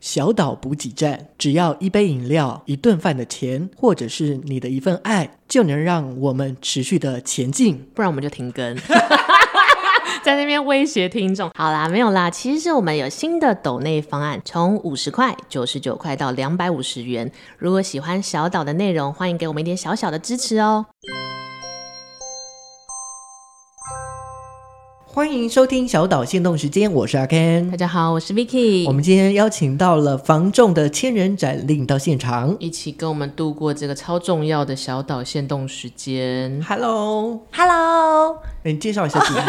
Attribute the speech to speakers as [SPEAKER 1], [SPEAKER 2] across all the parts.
[SPEAKER 1] 小岛补给站，只要一杯饮料、一顿饭的钱，或者是你的一份爱，就能让我们持续的前进。
[SPEAKER 2] 不然我们就停更。 在那边威胁听众。好啦，没有啦，其实是我们有新的抖内方案，从五十块、九十九块到两百五十元。如果喜欢小岛的内容，欢迎给我们一点小小的支持哦。
[SPEAKER 1] 欢迎收听小岛限动时间，我是阿 Ken
[SPEAKER 2] 大。家好，我是 Vicky，
[SPEAKER 1] 我们今天邀请到了房仲的千人展令到现场。
[SPEAKER 2] 一起跟我们度过这个超重要的小岛限动时间。
[SPEAKER 1] Hello，
[SPEAKER 3] Hello，Hello，
[SPEAKER 1] 哎你介绍一下 自己。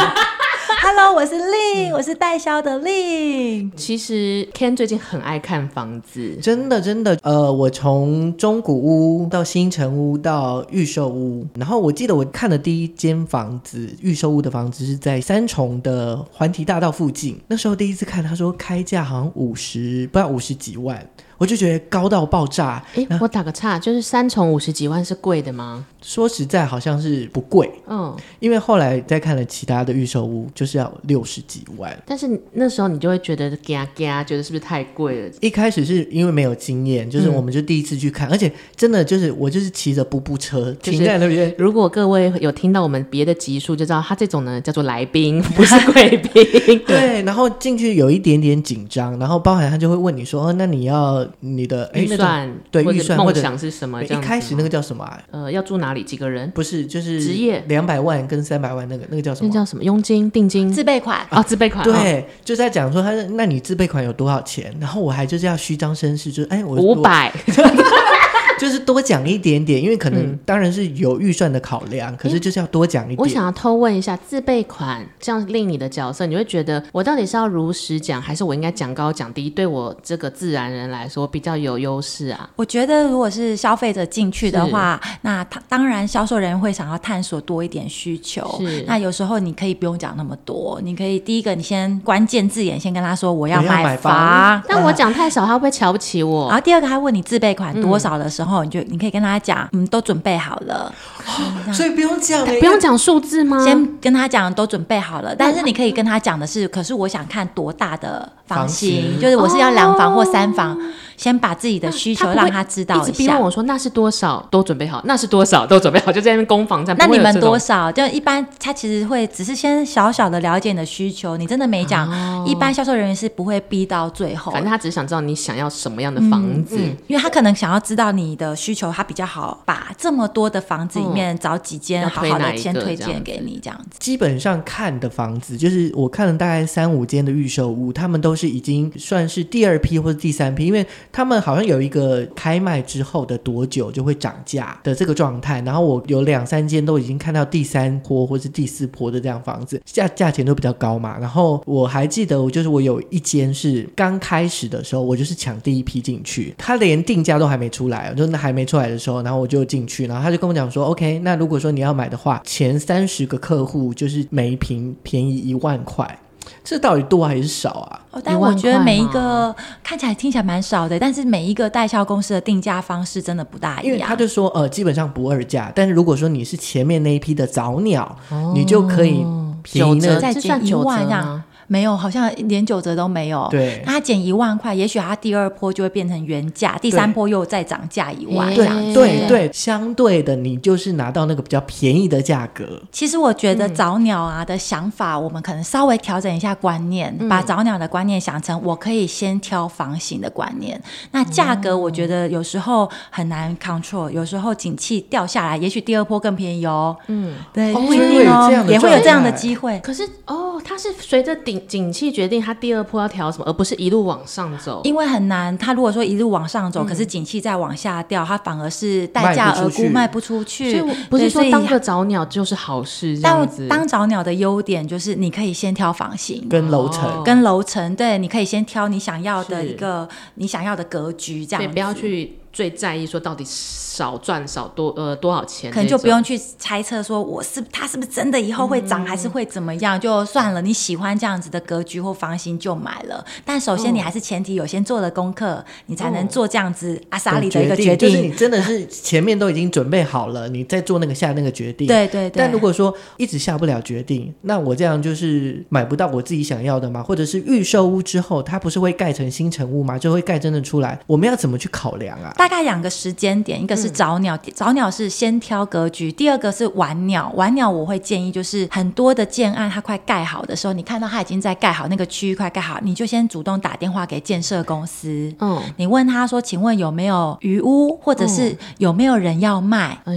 [SPEAKER 3] 我是令，我是代销的令。
[SPEAKER 2] 其实 Ken 最近很爱看房子，
[SPEAKER 1] 真的，真的，呃，我从中古屋到新城屋到预售屋，然后我记得我看的第一间房子，预售屋的房子是在三重的呃环提大道附近。那时候第一次看，他说开价好像五十，不知道五十几万，我就觉得高到爆炸。
[SPEAKER 2] 诶，我打个岔，就是三重五十几万是贵的吗？
[SPEAKER 1] 说实在，好像是不贵，
[SPEAKER 2] 嗯，
[SPEAKER 1] 因为后来再看了其他的预售屋，就是要六十几万。
[SPEAKER 2] 但是那时候你就会觉得嘎嘎，觉得是不是太贵了？
[SPEAKER 1] 一开始是因为没有经验，就是我们就第一次去看，而且真的就是我就是骑着步步车
[SPEAKER 2] 就是
[SPEAKER 1] 停在那边，
[SPEAKER 2] 如果各位有听到我们别的集数，就知道他这种呢叫做来 宾，不是贵宾。
[SPEAKER 1] 对，然后进去有一点点紧张，然后包含他就会问你说：“哦，那你要你的诶
[SPEAKER 2] 预
[SPEAKER 1] 哎那种
[SPEAKER 2] 算
[SPEAKER 1] 对
[SPEAKER 2] 或者
[SPEAKER 1] 预算或
[SPEAKER 2] 梦
[SPEAKER 1] 者哎
[SPEAKER 2] 想是什么？这
[SPEAKER 1] 一
[SPEAKER 2] 样子
[SPEAKER 1] 开始那
[SPEAKER 2] 吗
[SPEAKER 1] 个叫什么、啊？
[SPEAKER 2] 呃要住哪里？几个人？
[SPEAKER 1] 不是，就是
[SPEAKER 2] 职业
[SPEAKER 1] 两百万跟三百万那个那个叫什
[SPEAKER 2] 那
[SPEAKER 1] 么？
[SPEAKER 2] 叫什么？佣金、定金？
[SPEAKER 3] 自备款，
[SPEAKER 2] 啊、自备款。哦
[SPEAKER 1] 对，就在讲说他是那你自备款有多少钱？然后我还就是要虚张声势，就是哎我
[SPEAKER 2] 五，百，
[SPEAKER 1] 我就是多讲一点点，因为可能当然是有预算的考量，可是就是要多讲一
[SPEAKER 2] 嗯我
[SPEAKER 1] 点。
[SPEAKER 2] 想要偷问一下，自备款这样令你的角色，你会觉得我到底是要如实讲，还是我应该讲高讲低？对我这个自然人来说比较有优势啊。
[SPEAKER 3] 我觉得如果是消费者进去的话，那他当然销售人员会想要探索多一点需求
[SPEAKER 2] 是。
[SPEAKER 3] 那有时候你可以不用讲那么多，你可以第一个你先关键字眼先跟他说我要
[SPEAKER 1] 我要买
[SPEAKER 3] 买
[SPEAKER 1] 房
[SPEAKER 3] 房。
[SPEAKER 2] 但我讲太少，他会不会瞧不起我
[SPEAKER 3] 然？后第二个，他问你自备款多少的时
[SPEAKER 2] 嗯
[SPEAKER 3] 候，你就你可以跟他讲，嗯，都准备好了，
[SPEAKER 1] 所以不用讲、欸，
[SPEAKER 2] 不用讲数字吗？
[SPEAKER 3] 先跟他讲都准备好了。但是你可以跟他讲的是，可是我想看多大的
[SPEAKER 1] 房
[SPEAKER 3] 房
[SPEAKER 1] 型
[SPEAKER 3] 型，就是我是要两房或三房，先把自己的需求
[SPEAKER 2] 哦不
[SPEAKER 3] 让
[SPEAKER 2] 会
[SPEAKER 3] 他知道
[SPEAKER 2] 一直
[SPEAKER 3] 一
[SPEAKER 2] 逼
[SPEAKER 3] 下
[SPEAKER 2] 问。我说那是多少，都准备好，那是多少，都准备好，就在那边攻防战。
[SPEAKER 3] 那
[SPEAKER 2] 不会
[SPEAKER 3] 你
[SPEAKER 2] 有
[SPEAKER 3] 们
[SPEAKER 2] 这种
[SPEAKER 3] 多少？就一般，他其实会只是先小小的了解你的需求，你真的没讲，
[SPEAKER 2] 哦
[SPEAKER 3] 一般销售人员是不会逼到最后
[SPEAKER 2] 反
[SPEAKER 3] 的，
[SPEAKER 2] 正他只是想知道你想要什么样
[SPEAKER 3] 嗯
[SPEAKER 2] 的房子。
[SPEAKER 3] 因为他可能想要知道你的需求，他比较好把这么多的房子里面找几间
[SPEAKER 2] 要
[SPEAKER 3] 好
[SPEAKER 2] 推
[SPEAKER 3] 好
[SPEAKER 2] 哪
[SPEAKER 3] 的
[SPEAKER 2] 一
[SPEAKER 3] 先
[SPEAKER 2] 个
[SPEAKER 3] 推
[SPEAKER 2] 这
[SPEAKER 3] 荐
[SPEAKER 2] 样
[SPEAKER 3] 给你这样
[SPEAKER 2] 嗯
[SPEAKER 3] 子。
[SPEAKER 1] 基本上看的房子，就是我看了大概三五间的预售屋，他们都是已经算是第二批或者第三批，因为他们好像有一个开卖之后的多久就会涨价的这个状态。然后我有两三间都已经看到第三波或是第四波的这样房子，价价钱都比较高嘛。然后我还记得，我就是我有一间是刚开始的时候，我就是抢第一批进去，他连定价都还没出来，就那还没出来的时候，然后我就进去，然后他就跟我讲说，OK，那如果说你要买的话，前三十个客户就是每一瓶便宜一万块，这到底多还是少啊？
[SPEAKER 3] 哦，
[SPEAKER 2] 一
[SPEAKER 3] 但
[SPEAKER 2] 万
[SPEAKER 3] 我觉得
[SPEAKER 2] 块
[SPEAKER 3] 每一
[SPEAKER 2] 吗
[SPEAKER 3] 个看起来听起来蛮少的，但是每一个代销公司的定价方式真的不大
[SPEAKER 1] 因
[SPEAKER 3] 一
[SPEAKER 1] 为他
[SPEAKER 3] 样。
[SPEAKER 1] 就说，呃，基本上不二价，但是如果说你是前面那一批的早鸟，
[SPEAKER 3] 哦
[SPEAKER 1] 你就可以便
[SPEAKER 2] 九
[SPEAKER 1] 宜
[SPEAKER 2] 折
[SPEAKER 1] 呢。
[SPEAKER 3] 再
[SPEAKER 2] 这
[SPEAKER 3] 减
[SPEAKER 2] 算
[SPEAKER 3] 一
[SPEAKER 2] 九
[SPEAKER 3] 万
[SPEAKER 2] 折
[SPEAKER 3] 啊
[SPEAKER 2] 吗
[SPEAKER 3] 没有，好像连九折都没有。
[SPEAKER 1] 对
[SPEAKER 3] 那他减一万块，也许他第二波就会变成原价，第三波又再涨价一万这
[SPEAKER 1] 对
[SPEAKER 3] 样子。
[SPEAKER 1] 对对，相对的，你就是拿到那个比较便宜的价格。
[SPEAKER 3] 其实我觉得早鸟啊的想法，我们可能稍微调整一下观念，把早鸟的观念想成我可以先挑房型的观念。那价格我觉得有时候很难 control，有时候景气掉下来，也许第二波更便宜哦。嗯，对，
[SPEAKER 1] 哦
[SPEAKER 3] 不一
[SPEAKER 1] 所以会
[SPEAKER 3] 定
[SPEAKER 1] 有
[SPEAKER 3] 哦
[SPEAKER 1] 这样，的
[SPEAKER 3] 也会有
[SPEAKER 1] 状
[SPEAKER 3] 这样的
[SPEAKER 1] 态
[SPEAKER 3] 机会。
[SPEAKER 2] 可是哦，它是随着顶景气决定它第二波要调什么，而不是一路往上走。
[SPEAKER 3] 因为很难，它如果说一路往上走，可是景气再往下掉，它反而是待价
[SPEAKER 1] 卖不
[SPEAKER 3] 而
[SPEAKER 1] 出去
[SPEAKER 3] 沽，卖不出去。
[SPEAKER 2] 所以我不是
[SPEAKER 3] 对
[SPEAKER 2] 说
[SPEAKER 3] 所以
[SPEAKER 2] 当个早鸟就是好事这样子
[SPEAKER 3] 但。当早鸟的优点就是你可以先挑房型。
[SPEAKER 1] 跟楼层、
[SPEAKER 2] 哦
[SPEAKER 3] 跟楼层，对，你可以先挑你想要的
[SPEAKER 2] 是
[SPEAKER 3] 一个你想要的格局，这样
[SPEAKER 2] 对，
[SPEAKER 3] 子
[SPEAKER 2] 不要去最在意说到底少赚少多呃多少钱，
[SPEAKER 3] 可能就不用。去猜测说我是它是不是真的以后会涨还是会怎么样，就算了。你喜欢这样子的格局或房型就买了，但首先你还是前提有先做了功课，你才能做这样子阿莎里的一个决
[SPEAKER 1] 哦就是你
[SPEAKER 3] 定。
[SPEAKER 1] 真的是前面都已经准备好了，你再做那个下那个决定。
[SPEAKER 3] 对对对。
[SPEAKER 1] 但如果说一直下不了决定，那我这样就是买不到我自己想要的吗？或者是预售屋之后，它不是会盖成新成屋吗？就会盖真的出来，我们要怎么去考量啊？
[SPEAKER 3] 大概两个时间点，一个是早鸟，早鸟是先挑格局；第二个是晚鸟，晚鸟我会建议就是很多的建案它快盖好的时候，你看到它已经在盖好那个区域快盖好，你就先主动打电话给建设公司，
[SPEAKER 2] 嗯，
[SPEAKER 3] 你问他说，请问有没有余屋，或者是有没有人要卖？
[SPEAKER 2] 哎、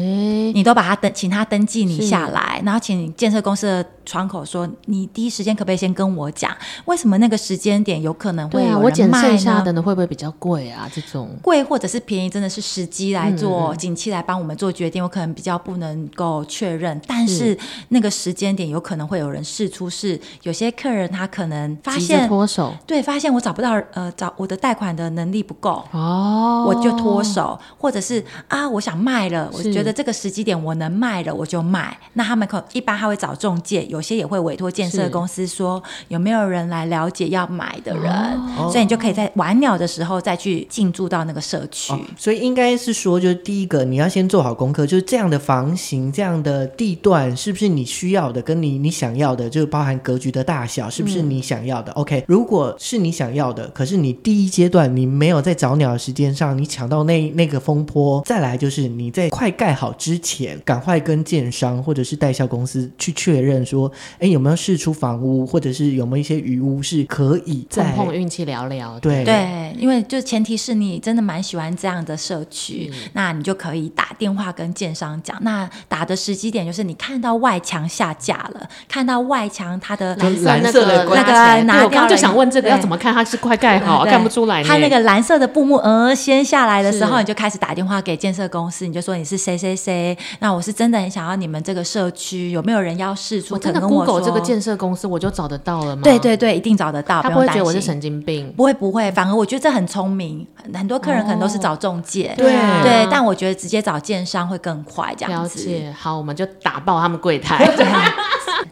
[SPEAKER 3] 你都把他登，请他登记你下来，然后请建设公司的窗口说，你第一时间可不可以先跟我讲，为什么那个时间点有可能会
[SPEAKER 2] 对啊，
[SPEAKER 3] 有
[SPEAKER 2] 我
[SPEAKER 3] 人
[SPEAKER 2] 捡
[SPEAKER 3] 卖
[SPEAKER 2] 剩下
[SPEAKER 3] 呢？
[SPEAKER 2] 的呢会不会比较贵啊？这种
[SPEAKER 3] 贵或者是便宜，真的是时机
[SPEAKER 2] 嗯
[SPEAKER 3] 来做，景气来帮我们做决定，我可能比较不能够确认，但是那个时间点有可能会有人试出是有些客人他可能发
[SPEAKER 2] 急着
[SPEAKER 3] 现，
[SPEAKER 2] 脱手
[SPEAKER 3] 对，发现我找不到，呃，找我的贷款的能力不够，
[SPEAKER 2] 哦，
[SPEAKER 3] 我就脱手，或者是啊，我想卖了，我
[SPEAKER 2] 是
[SPEAKER 3] 觉得这个时机点我能卖了，我就卖。那他们可一般他会找中介，有些也会委托建设
[SPEAKER 2] 是
[SPEAKER 3] 公司说有没有人来了解要买的人，
[SPEAKER 1] 哦
[SPEAKER 3] 所以你就可以在晚鸟的时候再去进驻到那个社区。
[SPEAKER 1] 哦、所以应该是说，就是第一个，你要先做好功课，就是这样的房型、这样的地段，是不是你需要的，跟你你想要的，就是包含格局的大小，是不是你想要的、o
[SPEAKER 2] 嗯
[SPEAKER 1] k 如果是你想要的，可是你第一阶段你没有在早鸟的时间上，你抢到那那个风波，再来就是你在快盖好之前，赶快跟建商或者是代销公司去确认说，哎，有没有试出房屋，或者是有没有一些余屋是可以
[SPEAKER 2] 碰
[SPEAKER 1] 在
[SPEAKER 2] 碰运气聊聊，
[SPEAKER 1] 对
[SPEAKER 3] 对，因为就前提是你真的蛮喜欢这样的社区，
[SPEAKER 2] 嗯
[SPEAKER 3] 那你就可以打电话跟建商讲。那打的时机点就是你看到外墙下架了，看到外墙它的
[SPEAKER 1] 就蓝
[SPEAKER 2] 那
[SPEAKER 1] 色
[SPEAKER 2] 个
[SPEAKER 1] 的
[SPEAKER 3] 关
[SPEAKER 2] 个
[SPEAKER 3] 起来
[SPEAKER 2] 对
[SPEAKER 3] 啊拿
[SPEAKER 2] 我刚
[SPEAKER 3] 掉
[SPEAKER 2] 刚就
[SPEAKER 3] 了
[SPEAKER 2] 想问这个要
[SPEAKER 3] 对
[SPEAKER 2] 怎么看，它是快盖好，啊
[SPEAKER 3] 对
[SPEAKER 2] 看不出来呢。
[SPEAKER 3] 它那个蓝色的布幕，呃，先下来的时候，
[SPEAKER 2] 是
[SPEAKER 3] 你就开始打电话给建设公司，你就说你是谁谁谁，那我是真的很想要你们这个社区，有没有人要试出？
[SPEAKER 2] 我真的
[SPEAKER 3] 可能跟我
[SPEAKER 2] Google
[SPEAKER 3] 说
[SPEAKER 2] 这个建设公司，我就找得到了吗？
[SPEAKER 3] 对对对，一定找得到，
[SPEAKER 2] 他
[SPEAKER 3] 不
[SPEAKER 2] 不会
[SPEAKER 3] 用
[SPEAKER 2] 觉
[SPEAKER 3] 担
[SPEAKER 2] 得
[SPEAKER 3] 心。
[SPEAKER 2] 我是神经病。
[SPEAKER 3] 不会不会，反而我觉得这很聪明，很很多客人可能都是找中介，
[SPEAKER 1] 对
[SPEAKER 2] 啊
[SPEAKER 3] 对，但我觉得直接找建商会更快，这样
[SPEAKER 2] 了
[SPEAKER 3] 子。
[SPEAKER 2] 解，好，我们就打爆他们柜台。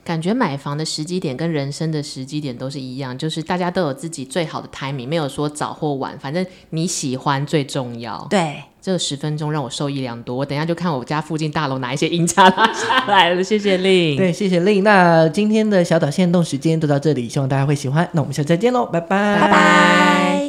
[SPEAKER 2] 感觉买房的时机点跟人生的时机点都是一样，就是大家都有自己最好的 timing，没有说早或晚，反正你喜欢最重要。
[SPEAKER 3] 对，
[SPEAKER 2] 这十分钟让我受益良多，我等一下就看我家附近大楼哪一些阴差拉下来了。谢谢令，
[SPEAKER 1] 对，谢谢令。那今天的小岛限动时间就到这里，希望大家会喜欢。那我们下次再见喽，拜拜，
[SPEAKER 3] 拜拜。